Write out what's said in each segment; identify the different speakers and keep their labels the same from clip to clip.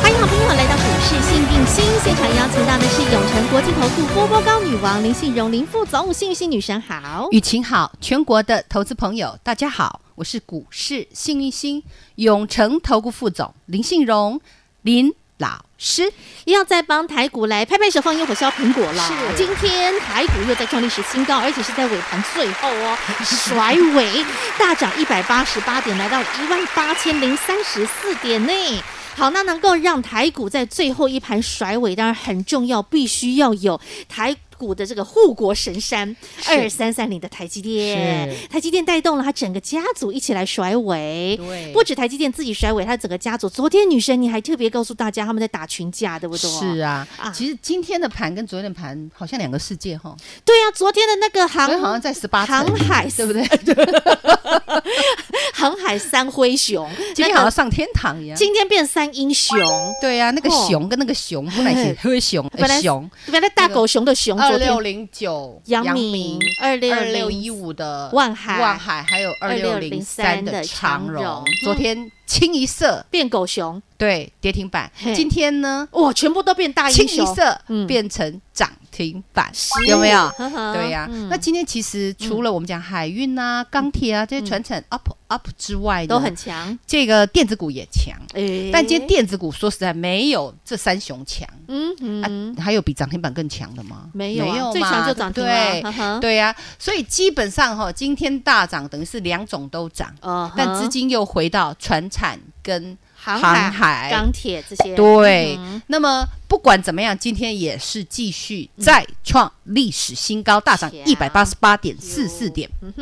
Speaker 1: 欢迎好朋友来到股市幸运星现场，邀请到的是永诚国际投顾波波高女王林信荣林副总，幸运星女神好。
Speaker 2: 雨晴好，全国的投资朋友大家好，我是股市幸运星永诚投顾副总林信荣林老师。
Speaker 1: 要再帮台股来拍拍手，放烟火削苹果啦！
Speaker 2: 是
Speaker 1: 今天台股又在创历史新高，而且是在尾盘最后哦，甩尾大涨一百八十八点，来到一万八千零三十四点呢。好，那能够让台股在最后一盘甩尾，当然很重要，必须要有台。股的这个护国神山二三三零的台积电，
Speaker 2: 是
Speaker 1: 台积电带动了它整个家族一起来甩尾，
Speaker 2: 对
Speaker 1: 不止台积电自己甩尾，它整个家族。昨天女神你还特别告诉大家他们在打群架，对不对？
Speaker 2: 是啊
Speaker 1: 啊，
Speaker 2: 其实今天的盘跟昨天的盘好像两个世界哈，
Speaker 1: 对呀、昨天的那个
Speaker 2: 昨天
Speaker 1: 航
Speaker 2: 好像在十八
Speaker 1: 航海
Speaker 2: 对不对？
Speaker 1: 航海三灰熊，
Speaker 2: 今天
Speaker 1: 那
Speaker 2: 好
Speaker 1: 个
Speaker 2: 像上天堂一样。
Speaker 1: 今天变三英雄，
Speaker 2: 对啊，那个
Speaker 1: 哦
Speaker 2: 熊跟那个熊不能写，会熊呃
Speaker 1: 本来
Speaker 2: 熊
Speaker 1: 本来大狗熊的熊，
Speaker 2: 二
Speaker 1: 昨天
Speaker 2: 六零九
Speaker 1: 阳明二
Speaker 2: 二六
Speaker 1: 六
Speaker 2: 一五的
Speaker 1: 万海
Speaker 2: 万海还有二六零
Speaker 1: 2603
Speaker 2: 三
Speaker 1: 的
Speaker 2: 的
Speaker 1: 长
Speaker 2: 长
Speaker 1: 荣
Speaker 2: 荣
Speaker 1: 嗯，
Speaker 2: 昨天清一色
Speaker 1: 变狗熊，
Speaker 2: 对，跌停板
Speaker 1: 嘿。
Speaker 2: 今天呢，
Speaker 1: 哇，全部都变大
Speaker 2: 清
Speaker 1: 英
Speaker 2: 一
Speaker 1: 雄，
Speaker 2: 色
Speaker 1: 嗯
Speaker 2: 变成涨停板，有没有？
Speaker 1: 呵呵
Speaker 2: 对呀、
Speaker 1: 嗯
Speaker 2: 那今天其实除了我们讲海运啊、钢铁啊这些船产 up up 之外呢，
Speaker 1: 嗯都很强。
Speaker 2: 这个电子股也强，
Speaker 1: 哎
Speaker 2: 哎但今天电子股说实在没有这三雄强。
Speaker 1: 嗯嗯，
Speaker 2: 啊，还有比涨停板更强的吗？
Speaker 1: 没有啊
Speaker 2: 嘛
Speaker 1: 最强就涨停啊
Speaker 2: 对
Speaker 1: 呵
Speaker 2: 不
Speaker 1: 呵
Speaker 2: 对对呀、所以基本上哈、今天大涨等于是两种都涨，
Speaker 1: 哦
Speaker 2: 但资金又回到船产跟
Speaker 1: 航
Speaker 2: 航
Speaker 1: 海、
Speaker 2: 海
Speaker 1: 钢铁这些，
Speaker 2: 对，
Speaker 1: 嗯
Speaker 2: 那么不管怎么样，今天也是继续再创历史新高，大
Speaker 1: 啊
Speaker 2: 涨一百八十八点四四点。
Speaker 1: 嗯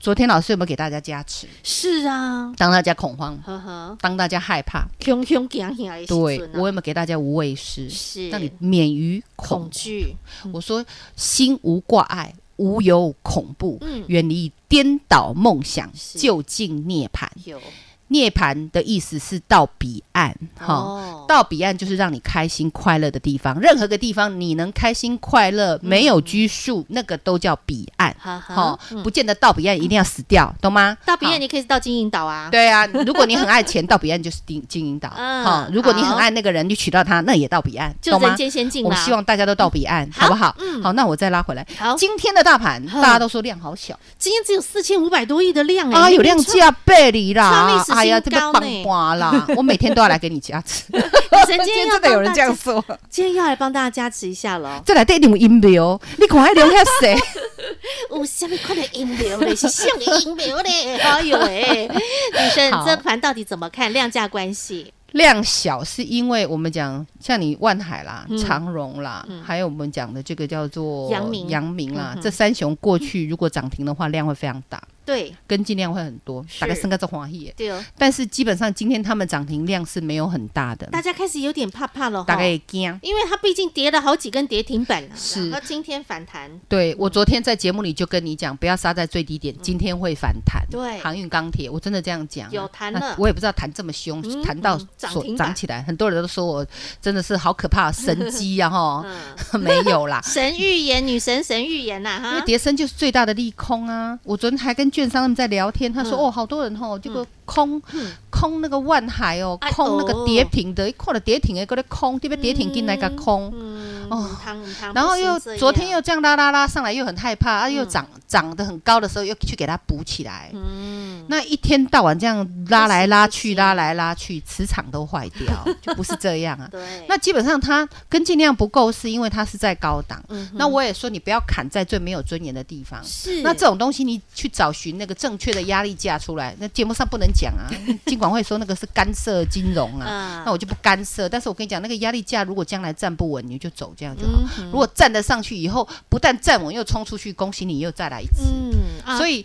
Speaker 2: 昨天老师有没有给大家加持？
Speaker 1: 是啊，
Speaker 2: 当大家恐慌，
Speaker 1: 呵呵，
Speaker 2: 当大家害怕，
Speaker 1: 熊熊行起来的时阵啊，
Speaker 2: 对我有没有给大家无畏师，
Speaker 1: 是
Speaker 2: 让你免于恐
Speaker 1: 恐
Speaker 2: 惧？
Speaker 1: 惧，
Speaker 2: 我说心无挂碍，无有恐怖，
Speaker 1: 嗯
Speaker 2: 远离颠倒梦想，
Speaker 1: 是
Speaker 2: 就近涅槃。
Speaker 1: 有
Speaker 2: 涅槃的意思是到彼岸，哈、
Speaker 1: 哦
Speaker 2: 到彼岸就是让你开心快乐的地方。任何个地方你能开心快乐，
Speaker 1: 嗯
Speaker 2: 没有拘束，那个都叫彼岸。
Speaker 1: 哈
Speaker 2: 哈
Speaker 1: 哈，，
Speaker 2: 不见得到彼岸一定要死掉，懂吗？
Speaker 1: 啊嗯到别
Speaker 2: 好
Speaker 1: 人你可以到金银岛啊，
Speaker 2: 对啊，如果你很 爱钱，到彼岸就是金金银岛。
Speaker 1: 嗯
Speaker 2: 哈，如果你很
Speaker 1: 好
Speaker 2: 爱那个人，你娶到他，那也到彼岸，
Speaker 1: 就
Speaker 2: 懂吗
Speaker 1: 人？间仙境
Speaker 2: 我
Speaker 1: 啦。
Speaker 2: 们希望大家都到彼岸，
Speaker 1: 好
Speaker 2: 好不好？
Speaker 1: 嗯
Speaker 2: 好，那我再拉回来。
Speaker 1: 好
Speaker 2: 今天的大盘，
Speaker 1: 嗯
Speaker 2: 大家都说量好小。
Speaker 1: 今天只有四千五百多亿的量哎、
Speaker 2: 啊，
Speaker 1: 你
Speaker 2: 有量
Speaker 1: 创
Speaker 2: 价背离
Speaker 1: 创历
Speaker 2: 啦
Speaker 1: 史！
Speaker 2: 哎呀，
Speaker 1: 新
Speaker 2: 这边
Speaker 1: 高
Speaker 2: 棒
Speaker 1: 呢
Speaker 2: 瓜啦！我每天都要来给你加 持。
Speaker 1: 神 今天要
Speaker 2: 真的有
Speaker 1: 帮大
Speaker 2: 人这样
Speaker 1: 家
Speaker 2: 说，
Speaker 1: 今天要来帮大家加持一下了。
Speaker 2: 这来对你们 阴流，你看还留下谁？
Speaker 1: 有下面快点阴流嘞，是像个阴流嘞， 哎呦喂、女生
Speaker 2: 好
Speaker 1: 这盘到底怎么看量价关系？
Speaker 2: 量小是因为我们讲像你万海啦、
Speaker 1: 嗯
Speaker 2: 长荣啦，还有我们讲的这个叫做
Speaker 1: 阳明
Speaker 2: 阳明啦
Speaker 1: 嗯，哼
Speaker 2: 这三雄过去如果涨停的话，量会非常大，
Speaker 1: 对
Speaker 2: 跟进量会很多，
Speaker 1: 是
Speaker 2: 大概升个这黄页。
Speaker 1: 对哦，
Speaker 2: 但是基本上今天他们涨停量是没有很大的，
Speaker 1: 大家开始有点怕怕了哈，
Speaker 2: 嗯大概惊。
Speaker 1: 因为它毕竟跌了好几根跌停板了，
Speaker 2: 是
Speaker 1: 那今天反弹，
Speaker 2: 对我昨天在节目里就跟你讲，不要杀在最低点，今天会反弹。
Speaker 1: 嗯对
Speaker 2: 航运钢铁，我真的这样讲啊。
Speaker 1: 有弹
Speaker 2: 那
Speaker 1: 了
Speaker 2: 我也不知道弹这么凶
Speaker 1: 嗯，
Speaker 2: 弹到
Speaker 1: 嗯涨
Speaker 2: 所
Speaker 1: 停板
Speaker 2: 涨起来，很多人都说我真的是好可怕，神机啊哈，
Speaker 1: 嗯， 啊
Speaker 2: 没有 啦。
Speaker 1: 神预言女神神预言呐、
Speaker 2: 因为
Speaker 1: 哈，
Speaker 2: 跌升就是最大的利空啊！我昨天还跟券商他们在聊天，他说：“
Speaker 1: 嗯
Speaker 2: 哦，好多人哦，这个空空那个万海哦
Speaker 1: 哎，
Speaker 2: 空那
Speaker 1: 哦
Speaker 2: 个跌停的，一看了跌停的，搁在空，对不对？跌停进来个空，
Speaker 1: 嗯，
Speaker 2: 哦
Speaker 1: 嗯汤嗯汤
Speaker 2: 然后
Speaker 1: 不行
Speaker 2: 又
Speaker 1: 这
Speaker 2: 昨天
Speaker 1: 样
Speaker 2: 又这样拉拉拉上来，又很害怕，啊，又涨涨得很高的时候，又去给它补起来。
Speaker 1: 嗯，
Speaker 2: 那一天到晚这样拉来拉
Speaker 1: 不行不
Speaker 2: 去，
Speaker 1: 行
Speaker 2: 拉来拉去，磁场都坏 掉，就不是这样啊。
Speaker 1: 对，
Speaker 2: 那基本上它跟进量不够，是因为它是在高档。
Speaker 1: 嗯哼
Speaker 2: 那我也说你不要砍在最没有尊严的地方。
Speaker 1: 是
Speaker 2: 那这种东西，你去找寻那个正确的压力价出来，那节目上不能讲 啊。尽管会说那个是干涉金融啊，
Speaker 1: 啊
Speaker 2: 那我就不干涉。但是我跟你讲，那个压力价如果将来站不稳，你就走这样就好。
Speaker 1: 嗯哼
Speaker 2: 如果站得上去以后，不但站稳，又冲出去，恭喜你又再来一次。
Speaker 1: 嗯，啊
Speaker 2: 所以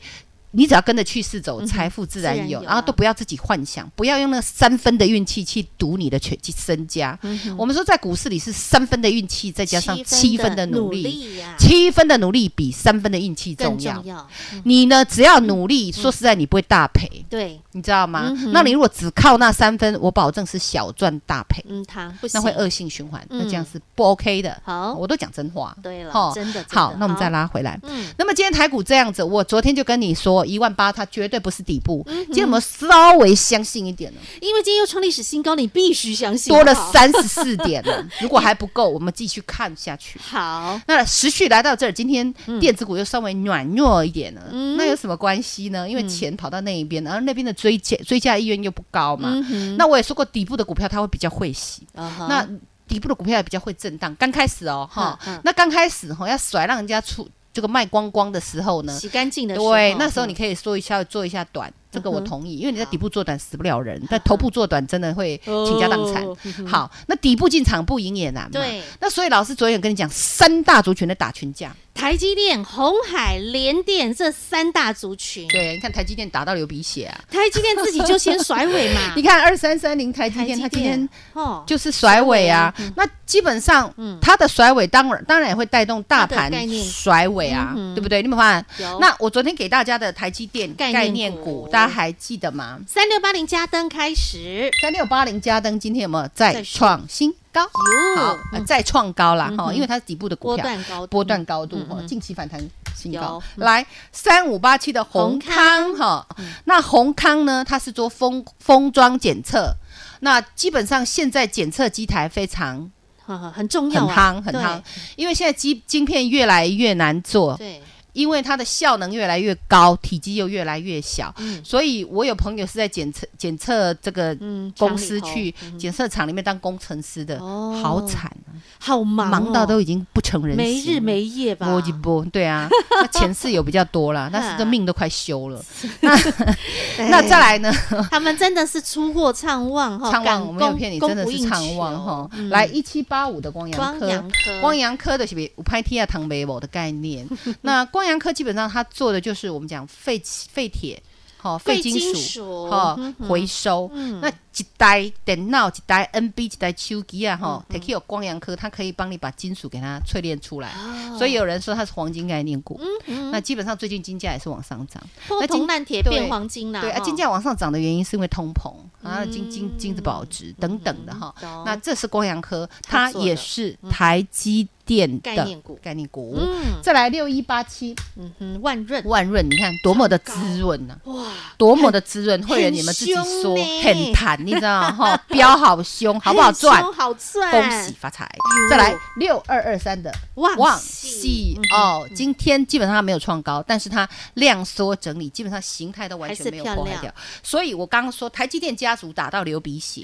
Speaker 2: 你只要跟着趋势走，财富嗯自然
Speaker 1: 自然
Speaker 2: 有。
Speaker 1: 有
Speaker 2: 然后
Speaker 1: 啊
Speaker 2: 都不要自己幻想，不要用那三分的运气去赌你的全身家。我们说在股市里是三分的运气，再加上嗯七分的努力，
Speaker 1: 力呀，
Speaker 2: 七分的努力比三分的运气
Speaker 1: 更
Speaker 2: 重要。
Speaker 1: 重要。
Speaker 2: 你呢，只要努力，说实在，你不会大赔。
Speaker 1: 对，
Speaker 2: 你知道吗？
Speaker 1: 嗯哼
Speaker 2: 那你如果只靠那三分，我保证是小赚大赔，
Speaker 1: 嗯，他不行
Speaker 2: 那会恶性循环，
Speaker 1: 嗯
Speaker 2: 那这样是不 OK 的。
Speaker 1: 好
Speaker 2: 我都讲真话。
Speaker 1: 对了
Speaker 2: 吼
Speaker 1: 真的真的
Speaker 2: 好，那我们
Speaker 1: 好
Speaker 2: 再拉回来。
Speaker 1: 嗯，
Speaker 2: 那么今天台股这样子，我昨天就跟你说一万八，它绝对不是底部。
Speaker 1: 嗯
Speaker 2: 今天我们稍微相信一点了，哦
Speaker 1: 因为今天又创历史新高，你必须相信
Speaker 2: 多了
Speaker 1: 好不好
Speaker 2: 三十四点了。如果还不够，我们继续看下去。
Speaker 1: 好，
Speaker 2: 那持续来到这儿，今天
Speaker 1: 嗯
Speaker 2: 电子股又稍微软弱一点了，那有什么关系呢？
Speaker 1: 嗯
Speaker 2: 因为钱跑到那一边，然后那边的追价追价意愿又不高嘛。
Speaker 1: 嗯
Speaker 2: 嗯那我也说过，底部的股票它会比较会洗，
Speaker 1: 那
Speaker 2: 那底部的股票也比较会震荡。刚开始哦，哈
Speaker 1: 嗯嗯，
Speaker 2: 那刚开始哈要甩让人家出这个卖光光的时候呢，
Speaker 1: 洗干净的时候嗯
Speaker 2: 对，那时候你可以做一下做一下短，这个我同意，因为你在底部做短死不了人，但头部做短真的会倾家荡产
Speaker 1: 嗯哦。
Speaker 2: 好，那底部进场不赢也难嘛
Speaker 1: 对。
Speaker 2: 那所以老师昨天有跟你讲，三大族群的打群架，
Speaker 1: 台积电、红海、联电这三大族群，
Speaker 2: 对，你看台积电打到流鼻血啊，
Speaker 1: 台积电自己就先甩尾嘛
Speaker 2: 你。看二三三零台积电，它今天
Speaker 1: 哦，
Speaker 2: 就是甩尾啊。那基本上它的甩尾，当然当然也会带动大
Speaker 1: 嗯它的
Speaker 2: 盘
Speaker 1: 概念嗯
Speaker 2: 甩尾啊，对不对？你有没有发现？
Speaker 1: 有
Speaker 2: 那我昨天给大家的台积电
Speaker 1: 概念
Speaker 2: 概念
Speaker 1: 股
Speaker 2: 股，大家还记得吗？
Speaker 1: 三六八零加登开始，
Speaker 2: 三六八零加登今天有没有再创新高？
Speaker 1: 有
Speaker 2: 好，呃再创高啦哈，因为它是底部的
Speaker 1: 嗯
Speaker 2: 股
Speaker 1: 波
Speaker 2: 票，
Speaker 1: 段高，
Speaker 2: 波段高度
Speaker 1: 嗯
Speaker 2: 哈，
Speaker 1: 嗯
Speaker 2: 近期反弹新高
Speaker 1: 有。
Speaker 2: 来，三五八七的嗯宏康嗯哈，那宏康呢，它是做封封装检测，那基本上现在检测机台非常
Speaker 1: 呵呵很重
Speaker 2: 很
Speaker 1: 要啊，
Speaker 2: 夯很
Speaker 1: 对
Speaker 2: 夯，哦因为现在晶晶片越来越难做，
Speaker 1: 对，
Speaker 2: 因为它的效能越来越高，体积又越来越小，
Speaker 1: 嗯
Speaker 2: 所以我有朋友是在检测检测这个
Speaker 1: 嗯
Speaker 2: 公司
Speaker 1: 厂里头
Speaker 2: 去检测厂里面当工程师的，
Speaker 1: 哦
Speaker 2: 好惨啊，
Speaker 1: 好忙哦，
Speaker 2: 忙到都已经不成人形，
Speaker 1: 没日没夜吧，嗯
Speaker 2: 波一波，对啊，那前世有比较 多啦，但是这命都快休了。那那再来呢？
Speaker 1: 他们真的是出货畅旺哈，
Speaker 2: 畅
Speaker 1: 哦赶
Speaker 2: 旺，
Speaker 1: 供
Speaker 2: 我没有骗你，真的是畅旺哈。来，一七八五的光阳
Speaker 1: 嗯光
Speaker 2: 科
Speaker 1: 阳。科，
Speaker 2: 光阳科的是不是五拍天啊糖梅某的 概念？那光阳科基本上它做的就是我们讲废气废铁，好、废金属，
Speaker 1: 属
Speaker 2: 好、
Speaker 1: 嗯哼
Speaker 2: 回收。
Speaker 1: 嗯
Speaker 2: 那一台电脑，一台 NB，一台手机啊，
Speaker 1: 嗯
Speaker 2: 哈、t a k e 有光阳科，它可以帮你把金属给它淬炼出来。
Speaker 1: 哦
Speaker 2: 所以有人说它是黄金概念股。
Speaker 1: 嗯
Speaker 2: 那基本上最近金价也是往上涨，
Speaker 1: 破
Speaker 2: 那金
Speaker 1: 铜烂铁
Speaker 2: 对
Speaker 1: 变黄金啦，
Speaker 2: 对啊，
Speaker 1: 哈
Speaker 2: 金价往上涨的原因是因为通膨啊，金金
Speaker 1: 哦嗯
Speaker 2: 金子保值等等的哈。
Speaker 1: 懂
Speaker 2: 那这是光阳科，
Speaker 1: 它
Speaker 2: 它
Speaker 1: 做的
Speaker 2: 也是台积电
Speaker 1: 概
Speaker 2: 的
Speaker 1: 念股，
Speaker 2: 概念股。
Speaker 1: 嗯
Speaker 2: 再来六一八七
Speaker 1: 嗯哼，万润
Speaker 2: 万润，你看多么的滋润呐、
Speaker 1: 哇，
Speaker 2: 多么的滋润，会员
Speaker 1: 很
Speaker 2: 你们自己
Speaker 1: 凶
Speaker 2: 说
Speaker 1: 呢
Speaker 2: 很弹，你知道 哈，标好凶，好不好赚
Speaker 1: 很？凶好赚，
Speaker 2: 恭喜发财！再来六二二三的
Speaker 1: 旺
Speaker 2: 旺
Speaker 1: 系
Speaker 2: 系哦，
Speaker 1: 嗯
Speaker 2: 今天基本上它没有创高，但是它量缩整理，基本上形态都完全没有
Speaker 1: 还
Speaker 2: 破坏
Speaker 1: 是漂
Speaker 2: 掉。所以我刚刚说台积电家族打到流 鼻血，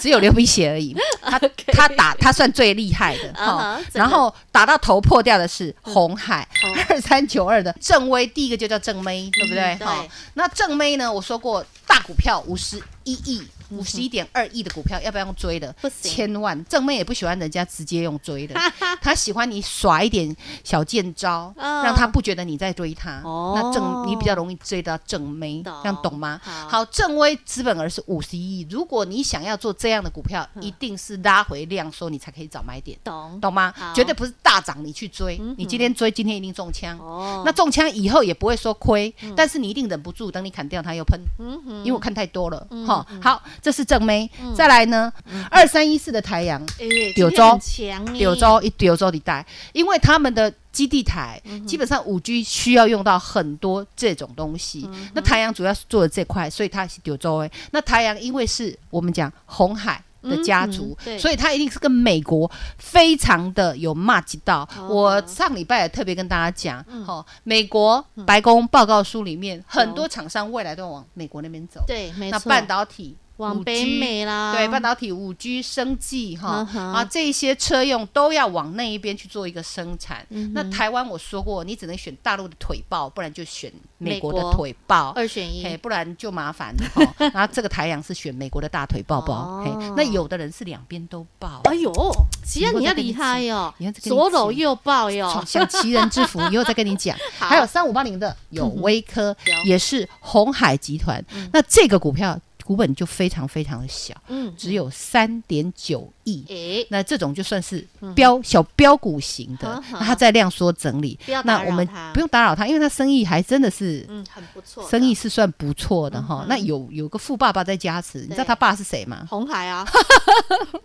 Speaker 2: 只有流鼻血而已。他他打他算最厉害 的
Speaker 1: 啊哈
Speaker 2: 哈
Speaker 1: 真，的嗯哦
Speaker 2: 然后打到头破掉的是红海二三九二的正威，第一个就叫正妹，对不对？
Speaker 1: 嗯对
Speaker 2: 哈，那正妹呢，我说过大股票五十一亿。五十一点二亿的股票，要不要用追的？
Speaker 1: 嗯不行
Speaker 2: 千万正妹也不喜欢人家直接用 追的，
Speaker 1: 哦
Speaker 2: 她喜欢你耍一点小剑招，
Speaker 1: 嗯
Speaker 2: 让她不觉得你在追她。
Speaker 1: 哦
Speaker 2: 那正你比较容易追到正妹，
Speaker 1: 懂
Speaker 2: 这样懂吗？
Speaker 1: 好
Speaker 2: 好，正威资本额是五十亿，如果你想要做这样的股票，
Speaker 1: 嗯
Speaker 2: 一定是拉回量缩，你才可以找买点，
Speaker 1: 懂
Speaker 2: 懂吗
Speaker 1: 好？嗯
Speaker 2: 绝对不是大涨你去追，你今天追，今天一定中枪。
Speaker 1: 哦，
Speaker 2: 那中枪以后也不会说亏，但是你一定忍不住，等你砍掉它又喷，
Speaker 1: 嗯哼
Speaker 2: 因为我看太多了。哈，好，这是正妹。
Speaker 1: 嗯
Speaker 2: 再来呢，二三一四的台阳，
Speaker 1: 哎今天
Speaker 2: 柳州
Speaker 1: 很强耶
Speaker 2: 柳州一柳州地带，因为他们的基地台、
Speaker 1: 嗯
Speaker 2: 基本上五 G 需要用到很多这种东
Speaker 1: 嗯
Speaker 2: 西。那台阳主要是做的这块，所以它是柳州诶。那台阳因为是我们讲红海。的家族
Speaker 1: 嗯，对
Speaker 2: 所以它一定是跟美国非常的有 match 到。
Speaker 1: 哦嗯
Speaker 2: 我上礼拜也特别跟大家讲，哦，美国白宫报告书里面很多厂商未来都往美国那边走。
Speaker 1: 对没
Speaker 2: 那
Speaker 1: 错
Speaker 2: 半导体
Speaker 1: 往
Speaker 2: 5G
Speaker 1: 北美啦，
Speaker 2: 对，半导体、五 G、生技哈
Speaker 1: 嗯哼
Speaker 2: 啊，这一些车用都要往那一边去做一个生产。
Speaker 1: 嗯哼
Speaker 2: 那台湾我说过，你只能选大陆的腿爆，不然就选美国
Speaker 1: 美
Speaker 2: 的
Speaker 1: 国
Speaker 2: 腿爆。
Speaker 1: 二选一
Speaker 2: 嘿，，不然就麻烦了哈。然后这个台阳是选美国的大腿抱抱，嘿
Speaker 1: 哦，
Speaker 2: 那有的人是两边都抱，
Speaker 1: 哎呦，吉安你要厉害哟
Speaker 2: 你要，再跟你
Speaker 1: 左搂
Speaker 2: 讲
Speaker 1: 右抱哟
Speaker 2: 闯，享奇人之福，以后再跟你讲。
Speaker 1: 好嗯
Speaker 2: 还有三五八零的有威科
Speaker 1: 有，
Speaker 2: 也是红海集团。那这个股票股本就非常非常的小，
Speaker 1: 嗯，
Speaker 2: 只有三点九亿。
Speaker 1: 诶，
Speaker 2: 那这种就算是标小标股型的
Speaker 1: 嗯呵，呵
Speaker 2: 那它在量缩整理
Speaker 1: 不要，打
Speaker 2: 那
Speaker 1: 扰
Speaker 2: 我们
Speaker 1: 它
Speaker 2: 不用打扰它，因为它生意还真的是
Speaker 1: 嗯，很不错的，
Speaker 2: 生意是算不错的哈
Speaker 1: 嗯。
Speaker 2: 那有有个富爸爸在加持，你知道
Speaker 1: 对？
Speaker 2: 他爸是谁吗
Speaker 1: 红海啊，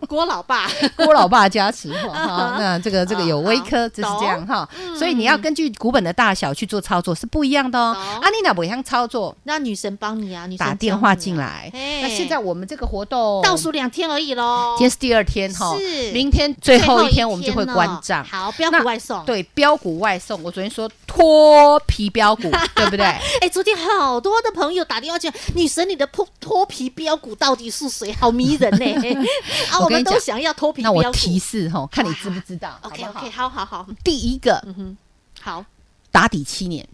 Speaker 1: 郭老爸，
Speaker 2: 郭老爸加持 哈。哈那这个这个有
Speaker 1: 哦好
Speaker 2: 微科就是
Speaker 1: 懂
Speaker 2: 这样哈，所以你要根据股本的大小去做操作是不一样的哦。
Speaker 1: 懂
Speaker 2: 啊，你哪不想操作？
Speaker 1: 那女神帮你啊，女神
Speaker 2: 打
Speaker 1: 教
Speaker 2: 电话
Speaker 1: 你啊
Speaker 2: 进，来。
Speaker 1: 嘿
Speaker 2: 那现在我们这个活动
Speaker 1: 倒数两天而已喽，
Speaker 2: 今天是第二天哈
Speaker 1: 是，
Speaker 2: 明天最后一
Speaker 1: 天
Speaker 2: 天我们就会
Speaker 1: 了
Speaker 2: 关账。
Speaker 1: 哦好，不要
Speaker 2: 那
Speaker 1: 不外送，
Speaker 2: 对，标股外送，我昨天说脱皮 标股，对不对？
Speaker 1: 哎、昨天好多的朋友打电话进来，女神，你的脱脱皮标股到底是谁？好迷人呢、 啊，
Speaker 2: 我
Speaker 1: 我
Speaker 2: 跟
Speaker 1: 们
Speaker 2: 你
Speaker 1: 都
Speaker 2: 讲
Speaker 1: 想要脱皮
Speaker 2: 那
Speaker 1: 标股。
Speaker 2: 我提示哈，看你知不知道，好
Speaker 1: OK
Speaker 2: 不
Speaker 1: OK，
Speaker 2: 好？
Speaker 1: 好好好，
Speaker 2: 第一个
Speaker 1: 嗯哼，好，
Speaker 2: 打底七年，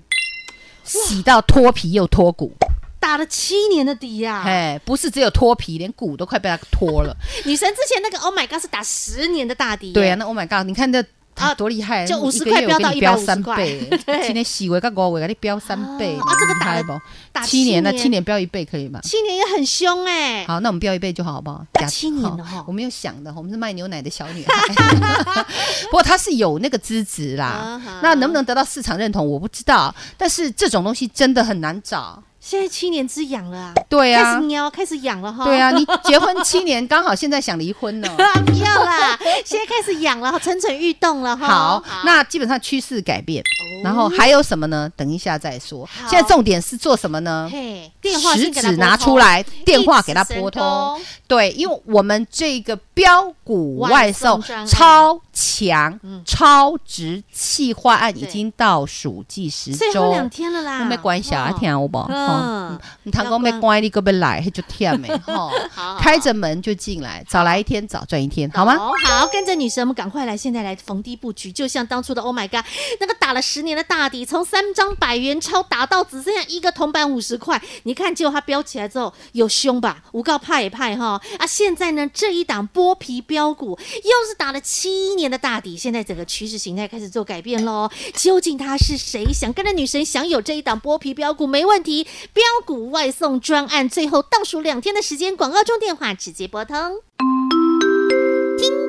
Speaker 2: 洗到脱皮又脱骨，
Speaker 1: 打了七年的底呀、
Speaker 2: 哎，不是只有脱皮，连骨都快被它脱了。
Speaker 1: 女神之前那个 Oh my God 是打十年的大底、
Speaker 2: 对啊，，那 Oh my God，你看这。
Speaker 1: 啊
Speaker 2: 啊，多厉害！
Speaker 1: 就
Speaker 2: 一个
Speaker 1: 50
Speaker 2: 月
Speaker 1: 块
Speaker 2: 我
Speaker 1: 飙
Speaker 2: 给
Speaker 1: 到
Speaker 2: 你飙
Speaker 1: 150
Speaker 2: 三
Speaker 1: 块
Speaker 2: 倍
Speaker 1: 对，
Speaker 2: 今天洗我跟五我给你飙三倍，
Speaker 1: 啊这个
Speaker 2: 厉
Speaker 1: 打
Speaker 2: 害
Speaker 1: 了
Speaker 2: 不？
Speaker 1: 打
Speaker 2: 七年了，
Speaker 1: 七年
Speaker 2: 七年飙一倍可以吗？
Speaker 1: 七年也很凶哎、
Speaker 2: 好，那我们标一倍就好，好不好？
Speaker 1: 打
Speaker 2: 假
Speaker 1: 七年了哈
Speaker 2: 好我们有想的，我们是卖牛奶的小女孩。 不过她是有那个资质
Speaker 1: 啊
Speaker 2: 啦
Speaker 1: 哈，
Speaker 2: 那能不能得到市场认同我不知道，但是这种东西真的很难找。
Speaker 1: 现在七年之痒了啊，
Speaker 2: 对
Speaker 1: 开始
Speaker 2: 啊，
Speaker 1: 喵，开始痒了哈，
Speaker 2: 对啊，你结婚七年，刚好现在想离婚哦呢。
Speaker 1: 啊， 不要啦，现在开始痒了，蠢蠢欲动了哈。
Speaker 2: 好，那基本上趋势改变，然后还有什么呢？等一下再说
Speaker 1: 哦好。
Speaker 2: 现在重点是做什么呢？
Speaker 1: 嘿，电话
Speaker 2: 食
Speaker 1: 先给他
Speaker 2: 指
Speaker 1: 拨
Speaker 2: 拿
Speaker 1: 通
Speaker 2: 出，来，电话给他
Speaker 1: 一指
Speaker 2: 拨
Speaker 1: 神
Speaker 2: 通。对，因为我们这个标股外送
Speaker 1: 外送专案
Speaker 2: 超强、
Speaker 1: 嗯
Speaker 2: 超值企划案已
Speaker 1: 对
Speaker 2: 经倒数计时
Speaker 1: 最后两
Speaker 2: 中。
Speaker 1: 天了啦，
Speaker 2: 你要关小啊，听有无？
Speaker 1: 嗯
Speaker 2: 嗯，你堂公要关你个要来，那就忝 的吼。
Speaker 1: 好
Speaker 2: 开着门就进来，早来一天早赚一天，好吗？
Speaker 1: 好，好跟着女神，我们赶快来，现在来逢低布局，就像当初的 Oh my God，那个打了十年的大底，从三张百元钞打到只剩下一个铜板五十块，你看，结果它飙起来之后有凶吧，无告怕也怕哈啊！现在呢，这一档剥皮标股又是打了七年的大底，现在整个趋势形态开始做改变喽。究竟它是谁？想跟着女神享有这一档剥皮标股，没问题。标股外送专案，最后倒数两天的时间，广告中电话直接拨通。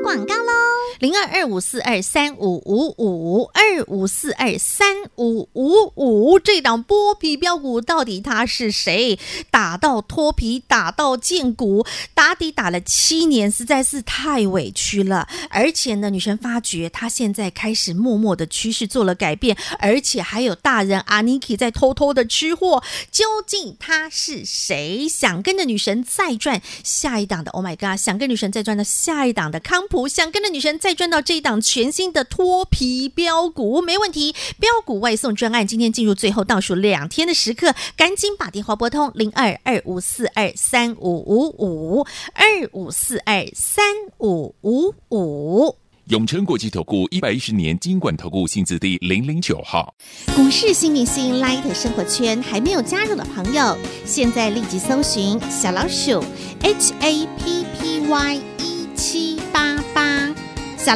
Speaker 1: 广告喽，零二二五四二三五五五二五四二三五五五，这档剥皮标股到底它是谁？打到脱皮，打到见骨，打底打了七年，实在是太委屈了。而且呢，女神发觉她现在开始默默的趋势做了改变，而且还有大人阿尼 i 在偷偷的吃货，究竟他是谁？想跟着女神再赚下一档的，Oh my god！想跟女神再赚到下一档的康普，想跟着女神再赚到这一档全新的脱皮标股，没问题。标股外送专案今天进入最后倒数两天的时刻，赶紧把电话拨通零二二五四二三五五五二五四二三五五五。
Speaker 3: 永诚国际投顾一百一十年金管投顾新字第零零九号。
Speaker 1: 股市新明星 Light 生活圈还没有加入的朋友，现在立即搜寻小老鼠 HAPPY 一 E 七八八，小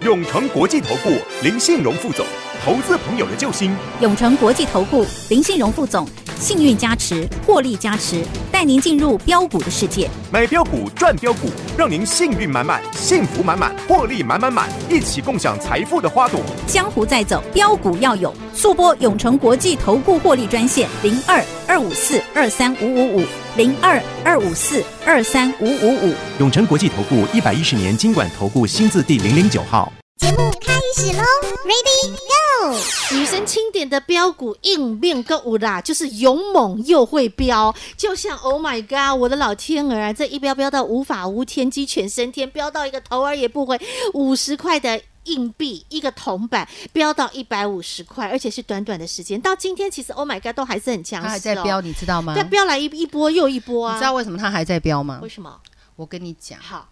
Speaker 4: 永诚国际投顾林信荣副总，投资朋友的救星。
Speaker 5: 永诚国际投顾林信荣副总，幸运加持，获利加持，带带您进入标股的世界。
Speaker 4: 买标股赚标股，让您幸运满满，幸福满满，获利满满满，一起共享财富的花朵。
Speaker 5: 江湖再走，标股要有。速播永诚国际投顾获利专线零二二五四二三五五五零二二五四二三五五五。
Speaker 6: 永诚国际投顾一百一十年经管投顾新字第零零九号。
Speaker 7: 节目开始喽，Ready Go！
Speaker 1: 女神钦点的标股应变购物啦，就是勇猛又会飙，就像 Oh my God，我的老天儿啊，这一飙飙到无法无天，鸡犬升天，飙到一个头儿也不回，五十块的。硬币一个铜板飙到一百五十块，而且是短短的时间。到今天，其实 Oh my God 都还是很强势、哦，
Speaker 2: 它还在飙，，你知道吗？
Speaker 1: 再飙来一一波又一波啊！
Speaker 2: 你知道为什么它还在飙吗
Speaker 1: 为？什么？
Speaker 2: 我跟你讲，
Speaker 1: 好，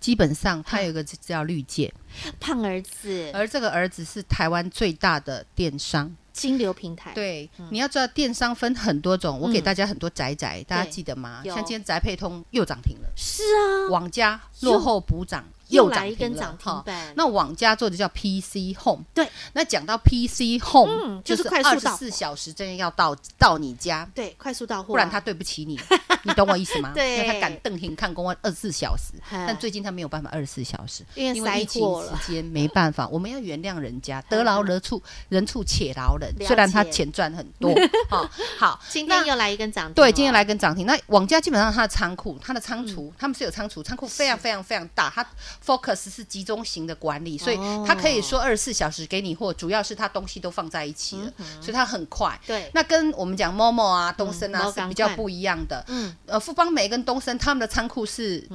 Speaker 2: 基本上它有一个叫绿界，
Speaker 1: 胖儿子
Speaker 2: 而这个儿子是台湾最大的电商。
Speaker 1: 金流平台，
Speaker 2: 对
Speaker 1: 嗯，
Speaker 2: 你要知道电商分很多种，我给大家很多宅宅，大家
Speaker 1: 对
Speaker 2: 记得吗？
Speaker 1: 有
Speaker 2: 像今天宅配通又涨停了，
Speaker 1: 是啊，
Speaker 2: 网家落后补涨
Speaker 1: 又
Speaker 2: 涨
Speaker 1: 来一
Speaker 2: 停
Speaker 1: 根
Speaker 2: 了
Speaker 1: 涨停
Speaker 2: 哈
Speaker 1: 板。
Speaker 2: 那网家做的叫 PC Home，
Speaker 1: 对，
Speaker 2: 那讲到 PC Home，、
Speaker 1: 嗯就
Speaker 2: 就是是
Speaker 1: 快
Speaker 2: 二
Speaker 1: 速
Speaker 2: 十
Speaker 1: 到
Speaker 2: 四小时真的要到到你家，
Speaker 1: 对，快速到货啊，
Speaker 2: 不然他对不 起你，你懂我意思吗？
Speaker 1: 对
Speaker 2: 因为他敢瞪眼看公安二十四小时，
Speaker 1: 嗨
Speaker 2: 但最近他没有办法二十四小时，
Speaker 1: 因为
Speaker 2: 疫
Speaker 1: 塞货了
Speaker 2: 情
Speaker 1: 嗯
Speaker 2: 时间没办法，我们要原谅人家，得饶人处人处且饶人
Speaker 1: 了，解
Speaker 2: 虽然他钱赚很 多，好好，
Speaker 1: 今
Speaker 2: 那
Speaker 1: 天又来一根涨停，
Speaker 2: 对，今天。来跟涨停。那网家基本上它的仓
Speaker 1: 嗯
Speaker 2: 库，它的仓储，他们是有仓储，仓库非常非常非常大，它 focus 是集中型的管理，所以
Speaker 1: 哦
Speaker 2: 它可以说二十四小时给你货，主要是它东西都放在一起了，所以它很快。
Speaker 1: 嗯对
Speaker 2: 那跟我们讲 MOMO 啊、东升
Speaker 1: 嗯
Speaker 2: 啊
Speaker 1: 猫
Speaker 2: 是
Speaker 1: 赶
Speaker 2: 比较
Speaker 1: 快
Speaker 2: 不一样的。
Speaker 1: 嗯，
Speaker 2: 呃，富邦美跟东升他们的仓库是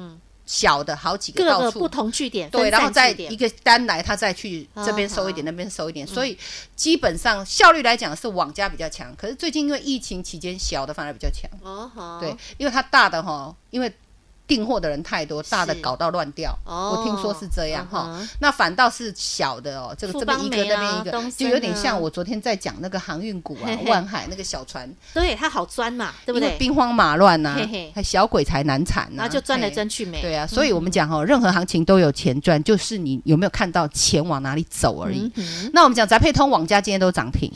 Speaker 2: 小的，好几个
Speaker 1: 各
Speaker 2: 到
Speaker 1: 个
Speaker 2: 处
Speaker 1: 不同据点，
Speaker 2: 对，
Speaker 1: 分
Speaker 2: 然后
Speaker 1: 散
Speaker 2: 再
Speaker 1: 据点
Speaker 2: 一个单来，他再去
Speaker 1: 啊
Speaker 2: 这边收一点，
Speaker 1: 好
Speaker 2: 那边收一点，所以基本上效率来讲是网家比较强。可是最近因为疫情期间，小的反而比较强，
Speaker 1: 哦好，
Speaker 2: 对，因为它大的哈，因为订货的人太多，大的
Speaker 1: 是
Speaker 2: 搞到乱掉，
Speaker 1: 哦
Speaker 2: 我听说是这样哈
Speaker 1: 嗯哼。
Speaker 2: 那反倒是小的哦，这个
Speaker 1: 富
Speaker 2: 这边
Speaker 1: 邦
Speaker 2: 一个
Speaker 1: 煤
Speaker 2: 那
Speaker 1: 啊
Speaker 2: 边一
Speaker 1: 东森
Speaker 2: 个，就有点
Speaker 1: 啊
Speaker 2: 像我昨天在讲那个航运股啊
Speaker 1: 嘿嘿，
Speaker 2: 万海那个小船，
Speaker 1: 对，它好钻嘛，对不
Speaker 2: 因为
Speaker 1: 对？
Speaker 2: 兵荒马乱呐
Speaker 1: 嘿嘿，
Speaker 2: 还小鬼才难产呐，
Speaker 1: 然后就钻来
Speaker 2: 嘿
Speaker 1: 钻去没，
Speaker 2: 对啊，所以我们
Speaker 1: 嗯
Speaker 2: 讲哦，任何行情都有钱赚，就是你有没有看到钱往哪里走而
Speaker 1: 嗯
Speaker 2: 已。那我们讲宅配通、网家今天都涨停，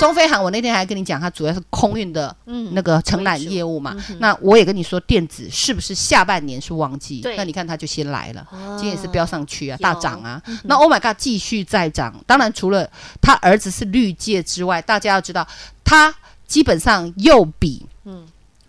Speaker 2: 中飞航我那天还跟你讲，它主要是空运的
Speaker 1: 嗯
Speaker 2: 那个承揽
Speaker 1: 为主
Speaker 2: 业务嘛。那我也跟你说，电子是不是下半年是旺季
Speaker 1: 对？
Speaker 2: 那你看它就先来了，
Speaker 1: 哦
Speaker 2: 今天也是飙上去啊，
Speaker 1: 有
Speaker 2: 大涨啊。那 Oh my God，继续再涨。当然，除了他儿子是绿界之外，大家要知道，他基本上又比
Speaker 1: 嗯
Speaker 2: 嗯。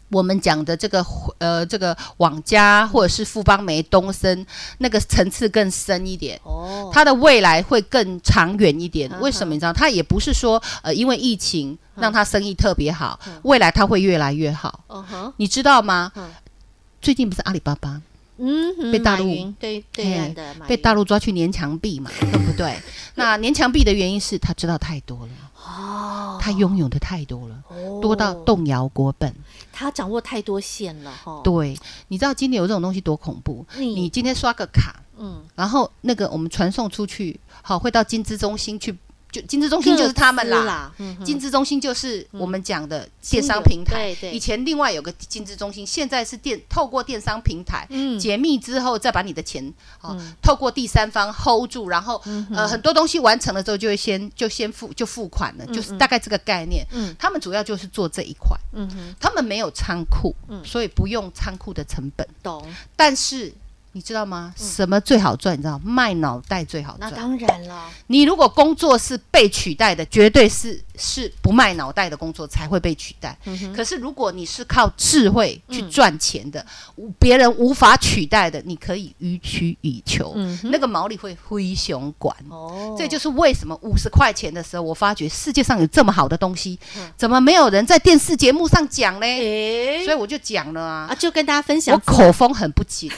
Speaker 2: 我们讲的这个呃，这个网家或者是富邦梅、东升那个层次更深一点，
Speaker 1: 哦，
Speaker 2: 它的未来会更长远一点
Speaker 1: 嗯。
Speaker 2: 为什么？你知道，它也不是说呃，因为疫情让它生意特别好，未来它会越来越好，
Speaker 1: 嗯哼，
Speaker 2: 你知道吗
Speaker 1: 嗯？
Speaker 2: 最近不是阿里巴巴
Speaker 1: 嗯哼，
Speaker 2: 被大陆
Speaker 1: 马云对对岸的马
Speaker 2: 被
Speaker 1: 云
Speaker 2: 大陆抓去粘墙壁嘛，对不 对？那粘墙壁的原因是他知道太多了，
Speaker 1: 哦，
Speaker 2: 他拥有的太多了，
Speaker 1: 哦
Speaker 2: 多到动摇国本。
Speaker 1: 他掌握太多线了哈，，
Speaker 2: 对，你知道金流这种东西多恐怖？
Speaker 1: 哦你
Speaker 2: 你今天刷个卡，
Speaker 1: 嗯，
Speaker 2: 然后那个我们传送出去，好，会到金资中心去，就金资中心就是他们
Speaker 1: 各
Speaker 2: 啦
Speaker 1: 自。啦，嗯哼嗯
Speaker 2: 金资中心就是我们讲的
Speaker 1: 金
Speaker 2: 电
Speaker 1: 流
Speaker 2: 商平台，
Speaker 1: 对对
Speaker 2: 以前另外有个金资中心，现在是电透过电商平台、
Speaker 1: 嗯
Speaker 2: 解密之后，再把你的钱哦、透过第三方 hold 住，然后、
Speaker 1: 嗯
Speaker 2: 呃很多东西完成了之后，就会先就先付就付款了，就是大概这个概念。
Speaker 1: 嗯
Speaker 2: 他们主要就是做这一块，
Speaker 1: 嗯哼，
Speaker 2: 他们没有仓库，
Speaker 1: 嗯
Speaker 2: 所以不用仓库的成本。
Speaker 1: 懂，
Speaker 2: 但是你知道吗？什么最好赚？你知道卖脑袋最好
Speaker 1: 嗯那
Speaker 2: 赚。
Speaker 1: 当然了，
Speaker 2: 你如果工作是被取代的，绝对是是不卖脑袋的工作才会被取代。
Speaker 1: 嗯
Speaker 2: 可是如果你是靠智慧去赚钱的，无别人无法取代的，你可以予取予求，那个毛利会灰熊管。
Speaker 1: 嗯哦，
Speaker 2: 这就是为什么五十块钱的时候，我发觉世界上有这么好的东西，怎么没有人在电视节目上讲呢？
Speaker 1: 嗯诶
Speaker 2: 所以我就讲了啊，
Speaker 1: 哎啊，就跟大家分
Speaker 2: 我
Speaker 1: 享，
Speaker 2: 口风很不紧，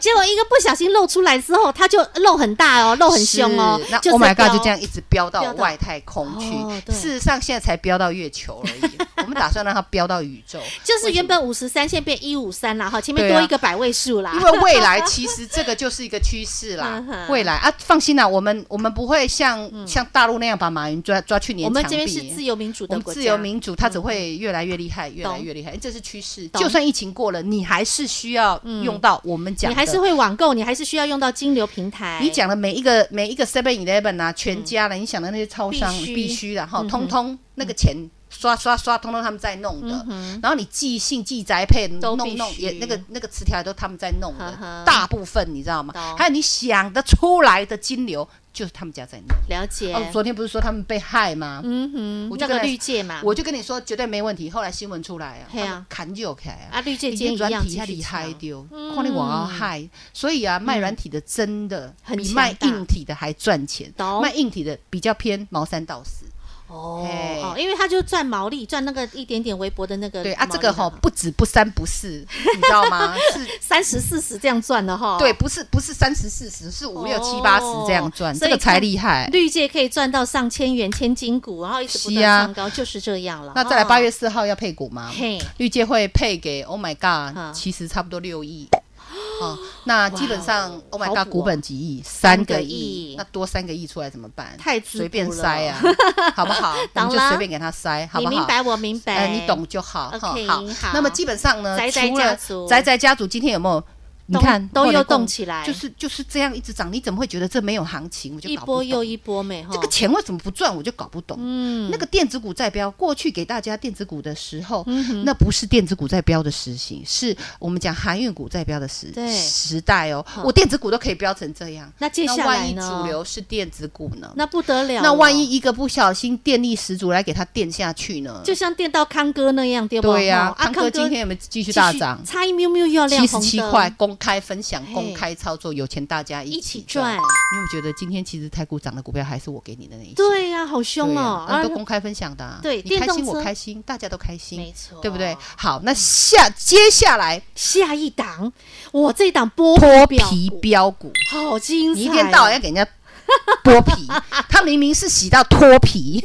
Speaker 1: 结果一个不小心露出来之后，他就露很大哦，露很凶哦
Speaker 2: 是那，
Speaker 1: 就
Speaker 2: Oh my
Speaker 1: 是飙
Speaker 2: God，就这样一直飙到
Speaker 1: 飙到
Speaker 2: 外太空去。
Speaker 1: 哦对
Speaker 2: 事实上，现在才飙到月球 而已。我们打算让它飙到宇宙，
Speaker 1: 就是
Speaker 2: 为什
Speaker 1: 原
Speaker 2: 么
Speaker 1: 本五十三，现在变一五三啦，哈，前面
Speaker 2: 对啊
Speaker 1: 多一个百位数啦。
Speaker 2: 因为未来其实这个就是一个趋势啦
Speaker 1: 嗯哼。嗯
Speaker 2: 未来啊，放心啦，我们我们不会像、像大陆那样把马云抓抓去
Speaker 1: 我
Speaker 2: 粘墙壁。
Speaker 1: 们这边是自由民主
Speaker 2: 我
Speaker 1: 的
Speaker 2: 们
Speaker 1: 国家，嗯
Speaker 2: 自由民主，它只会越来越厉害，越来
Speaker 1: 懂
Speaker 2: 越厉害，这是趋势。
Speaker 1: 懂
Speaker 2: 就算疫情过了，你还是需要用到我们
Speaker 1: 嗯
Speaker 2: 讲
Speaker 1: 你
Speaker 2: 的，
Speaker 1: 还是会网购，你还是需要用到金流平台。
Speaker 2: 你讲的每一个每一个 Seven Eleven 啊，全家的，你想的那些超商
Speaker 1: 嗯必须嗯
Speaker 2: 必须的哈，通通那个钱刷刷刷，通通他们在弄的。
Speaker 1: 嗯
Speaker 2: 然后你寄信、寄宅配
Speaker 1: 都
Speaker 2: 弄
Speaker 1: 必须
Speaker 2: 弄也那个那个词条也都他们在弄的，
Speaker 1: 呵呵
Speaker 2: 大部分你知道吗
Speaker 1: 懂？
Speaker 2: 还有你想得出来的金流，就是他们家在弄。
Speaker 1: 了解。
Speaker 2: 哦，昨天不是说他们被害吗？
Speaker 1: 嗯哼，
Speaker 2: 我就
Speaker 1: 那
Speaker 2: 跟
Speaker 1: 个
Speaker 2: 他
Speaker 1: 绿界嘛，
Speaker 2: 我就跟你说绝对没问题。后来新闻出来啊，
Speaker 1: 嘿啊
Speaker 2: 他们砍就开啊。
Speaker 1: 啊绿界
Speaker 2: 已
Speaker 1: 今
Speaker 2: 经
Speaker 1: 天一
Speaker 2: 软
Speaker 1: 样
Speaker 2: 体
Speaker 1: 继
Speaker 2: 还
Speaker 1: 续
Speaker 2: 厉害
Speaker 1: 强
Speaker 2: 丢，
Speaker 1: 嗯
Speaker 2: 看你往害，所以啊，卖软体的真的
Speaker 1: 很
Speaker 2: 比
Speaker 1: 强
Speaker 2: 卖
Speaker 1: 大
Speaker 2: 硬体的还赚钱，
Speaker 1: 懂
Speaker 2: 卖硬体的比较偏毛三到四。
Speaker 1: 哦
Speaker 2: 嘿
Speaker 1: 哦，因为他就赚毛利，赚那个一点点微薄的那个
Speaker 2: 对啊，
Speaker 1: 毛
Speaker 2: 这
Speaker 1: 利
Speaker 2: 个哈
Speaker 1: 嘛
Speaker 2: 不止不三不四，你知道吗？ 是，
Speaker 1: 三十四十这样赚的哈，
Speaker 2: 对，，不是不是三十四十，是五六七八十
Speaker 1: 哦
Speaker 2: 这样赚，
Speaker 1: 所
Speaker 2: 这
Speaker 1: 以
Speaker 2: 个才
Speaker 1: 看
Speaker 2: 厉害。
Speaker 1: 绿界可以赚到上千元千金股，然后一直不断
Speaker 2: 是啊
Speaker 1: 上高，就是这样了。
Speaker 2: 那再来八月
Speaker 1: 哦，
Speaker 2: 四号要配股吗？
Speaker 1: 嘿，
Speaker 2: 绿界会配给 Oh my
Speaker 1: 嗯
Speaker 2: God，其实差不多 六亿。哦，那基本上 Oh
Speaker 1: 好
Speaker 2: my
Speaker 1: 补哦
Speaker 2: God 股本几亿，三
Speaker 1: 个
Speaker 2: 个
Speaker 1: 亿
Speaker 2: 亿，那多三个亿出来怎么办？
Speaker 1: 太滋补
Speaker 2: 随便 塞啊，好不好？我
Speaker 1: 懂
Speaker 2: 们就
Speaker 1: 了
Speaker 2: 随便给他塞，好
Speaker 1: 你
Speaker 2: 不好？
Speaker 1: 明白我明白，
Speaker 2: 哎，你懂就好。哈
Speaker 1: OK，
Speaker 2: 好
Speaker 1: 好。
Speaker 2: 那么基本上呢，
Speaker 1: 宅宅
Speaker 2: 除
Speaker 1: 家
Speaker 2: 了
Speaker 1: 族
Speaker 2: 宅宅家族今天有没有？你
Speaker 1: 动
Speaker 2: 看
Speaker 1: 都
Speaker 2: 后来
Speaker 1: 又
Speaker 2: 跟我
Speaker 1: 动起来
Speaker 2: 就是就是这样一直涨，你怎么会觉得这没有行情？我就
Speaker 1: 一
Speaker 2: 搞不
Speaker 1: 波
Speaker 2: 懂
Speaker 1: 又一波没哈，
Speaker 2: 这个钱为什么不赚？我就搞不懂。
Speaker 1: 嗯
Speaker 2: 那个电子股在标，过去给大家电子股的时候，
Speaker 1: 嗯
Speaker 2: 那不是电子股在标的时形，是我们讲航运股在标的时
Speaker 1: 对
Speaker 2: 时代哦
Speaker 1: 好。
Speaker 2: 我电子股都可以标成这样，
Speaker 1: 那接下
Speaker 2: 万
Speaker 1: 来
Speaker 2: 一
Speaker 1: 呢
Speaker 2: 主流是电子股呢？
Speaker 1: 那不得了了，
Speaker 2: 那万一一个不小心电力十足来给它电下去呢？
Speaker 1: 就像电到康哥那样，对不？
Speaker 2: 对呀
Speaker 1: 哦，
Speaker 2: 康哥今天有没有继
Speaker 1: 继续
Speaker 2: 续大涨？
Speaker 1: 差一喵喵又要亮
Speaker 2: 七十
Speaker 1: 红
Speaker 2: 七
Speaker 1: 灯
Speaker 2: 块，公开分享
Speaker 1: 嘿、
Speaker 2: 公开操作，有钱大家
Speaker 1: 一
Speaker 2: 一
Speaker 1: 起
Speaker 2: 起
Speaker 1: 赚
Speaker 2: 赚。你有没有觉得今天其实台股涨的股票还是我给你的那一些？
Speaker 1: 对呀，好
Speaker 2: 对
Speaker 1: 凶哦
Speaker 2: 啊，那都公开分享的、啊，
Speaker 1: 对
Speaker 2: 你
Speaker 1: 电
Speaker 2: 开
Speaker 1: 动
Speaker 2: 心
Speaker 1: 车
Speaker 2: 我开心，大家都开心，
Speaker 1: 没错
Speaker 2: 对不对？好，那下接下来
Speaker 1: 下一档，我这一档剥
Speaker 2: 剥
Speaker 1: 表
Speaker 2: 皮
Speaker 1: 股
Speaker 2: 标股，
Speaker 1: 好精彩、
Speaker 2: 你
Speaker 1: 哦！
Speaker 2: 一天到晚要给人家剥 皮，他明明是洗到脱皮，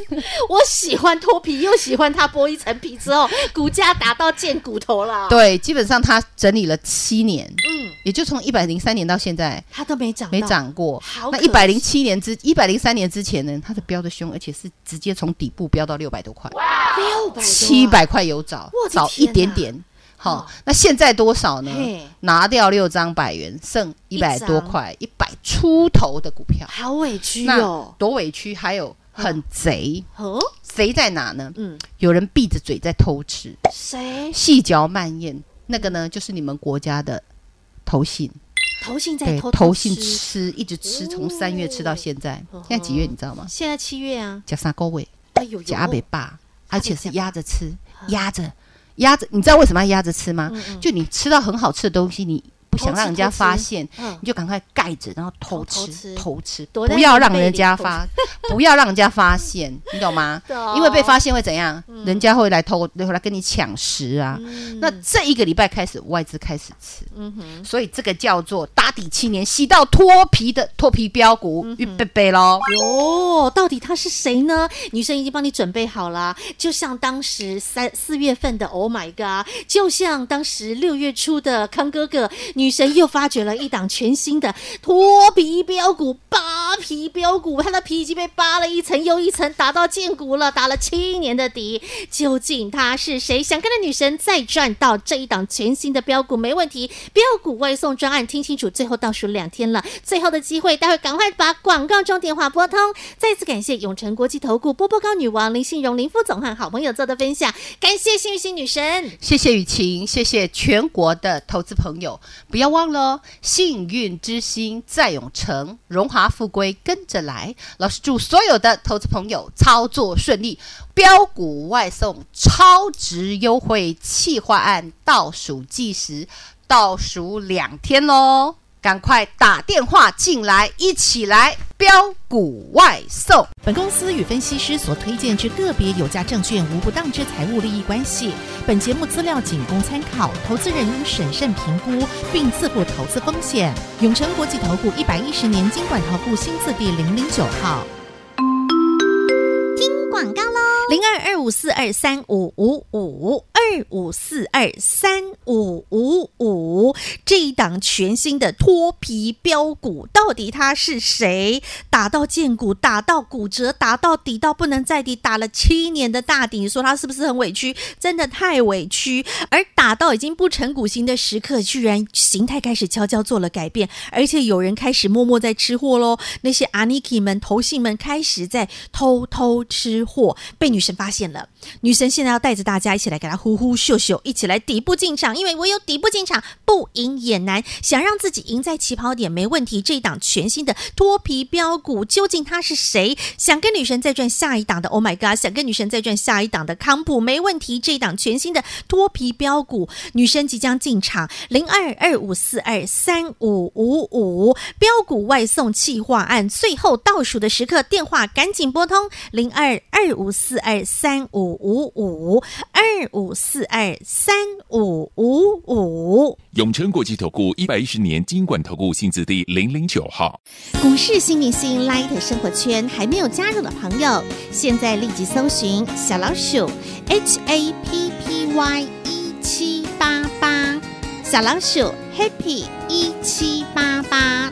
Speaker 1: 我喜欢脱皮，又喜欢它剥一层皮之后， 股价打到见骨头了。，
Speaker 2: 对，基本上他整理了七年，
Speaker 1: 嗯，
Speaker 2: 也就从一百零三年到现在。
Speaker 1: 它都没涨，
Speaker 2: 没。涨过
Speaker 1: 好，
Speaker 2: 那
Speaker 1: 可
Speaker 2: 一
Speaker 1: 惜
Speaker 2: 百零七年之一百零三年之前呢，它的标的凶，而且是直接从底部飙到六百多块，
Speaker 1: 六百
Speaker 2: 七百块有找
Speaker 1: 我，的
Speaker 2: 找一
Speaker 1: 天
Speaker 2: 点
Speaker 1: 哪
Speaker 2: 点。好、
Speaker 1: 哦
Speaker 2: 那现在多少呢
Speaker 1: 嘿？
Speaker 2: 拿掉六张百元，剩一百
Speaker 1: 张
Speaker 2: 多块，一百出头的股票，
Speaker 1: 好委屈
Speaker 2: 那
Speaker 1: 哦。
Speaker 2: 多委屈，还有很贼，
Speaker 1: 哦，
Speaker 2: 贼在哪呢？
Speaker 1: 嗯，
Speaker 2: 有人闭着嘴在偷吃，
Speaker 1: 谁
Speaker 2: 细嚼慢咽，那个呢，就是你们国家的投信，
Speaker 1: 投信在
Speaker 2: 对，
Speaker 1: 偷
Speaker 2: 投信
Speaker 1: 吃？
Speaker 2: 吃，一直吃，从三月吃到现在
Speaker 1: 哦，
Speaker 2: 现在几月你知道吗？
Speaker 1: 现在七月啊，
Speaker 2: 加三个月，
Speaker 1: 哎呦，
Speaker 2: 加阿
Speaker 1: 北
Speaker 2: 北爸，而且是压着吃，
Speaker 1: 啊
Speaker 2: 压着，压着。你知道为什么要压着吃
Speaker 1: 嗯
Speaker 2: 吗？就你吃到很好吃的东西，你不想让人家发现，
Speaker 1: 嗯哦
Speaker 2: 你就赶快盖着，然后偷
Speaker 1: 偷偷吃
Speaker 2: 吃，偷吃，
Speaker 1: 躲在
Speaker 2: 不要让
Speaker 1: 棉被
Speaker 2: 人
Speaker 1: 里
Speaker 2: 家
Speaker 1: 偷
Speaker 2: 发， 不要让人家发现，你懂吗
Speaker 1: 懂？嗯
Speaker 2: 因为被发现会怎样？人家会来偷，会来跟你抢食啊。那这一个礼拜开始，外资开始吃，
Speaker 1: 嗯
Speaker 2: 所以这个叫做打底七年，洗到脱皮的脱皮标股，
Speaker 1: 嗯
Speaker 2: 预备备喽。
Speaker 1: 哟，到底他是谁呢？女生已经帮你准备好了，就像当时三四月份的 Oh my God，就像当时六月初的康哥哥，女神又发掘了一档全新的脱皮标股、扒皮标股，它的皮已经被扒了一层又一层，打到见骨了，打了七年的底。究竟他是谁？想跟着女神再赚到这一档全新的标股，没问题。标股外送专案，听清楚，最后倒数两天了，最后的机会，待会赶快把广告中电话拨通。再次感谢永诚国际投顾波波高女王林信荣林副总和好朋友做的分享，感谢幸运星女神。
Speaker 2: 谢谢雨晴，谢谢全国的投资朋友，不要忘了哦，幸运之星在永城，荣华富贵跟着来。老师祝所有的投资朋友操作顺利，标股外送超值优惠企划案倒数计时，倒数两天喽，赶快打电话进来，一起来标股外送。
Speaker 8: 本公司与分析师所推荐之个别有价证券无不当之财务利益关系。本节目资料仅供参考，投资人应审慎评估并自负投资风险。永诚国际投顾一百一十年经管投顾新字第零零九号。
Speaker 7: 广告喽。
Speaker 1: 零二二五四二三五五五二二五四二三五五五这一档全新的脱皮标股，到底它是谁？打到见骨，打到骨折，打到底到不能再底，打了七年的大底，你说他是不是很委屈？真的太委屈，而打到已经不成骨形的时刻，居然形态开始悄悄做了改变，而且有人开始默默在吃货喽。那些阿尼基们、投信们开始在偷偷吃货，被女神发现了。女神现在要带着大家一起来给她呼呼秀秀，一起来底部进场，因为我有底部进场，不赢也难。想让自己赢在起跑点没问题。这一档全新的脱皮标股，究竟它是谁？想跟女神再赚下一档的，Oh my god！想跟女神再赚下一档的康普没问题。这一档全新的脱皮标股，女神即将进场，零二二五四二三五五五标股外送企划案，最后倒数的时刻，电话赶紧拨通零二二五四二三五五五二五四二三五五五。
Speaker 3: 永诚国际投顾一百一十年金管投顾新字第零零九号，
Speaker 1: 股市新明星 Light 生活圈还没有加入的朋友，现在立即搜寻小老鼠 HAPPY 一 E 七八八，小老鼠 Happy 一七八八，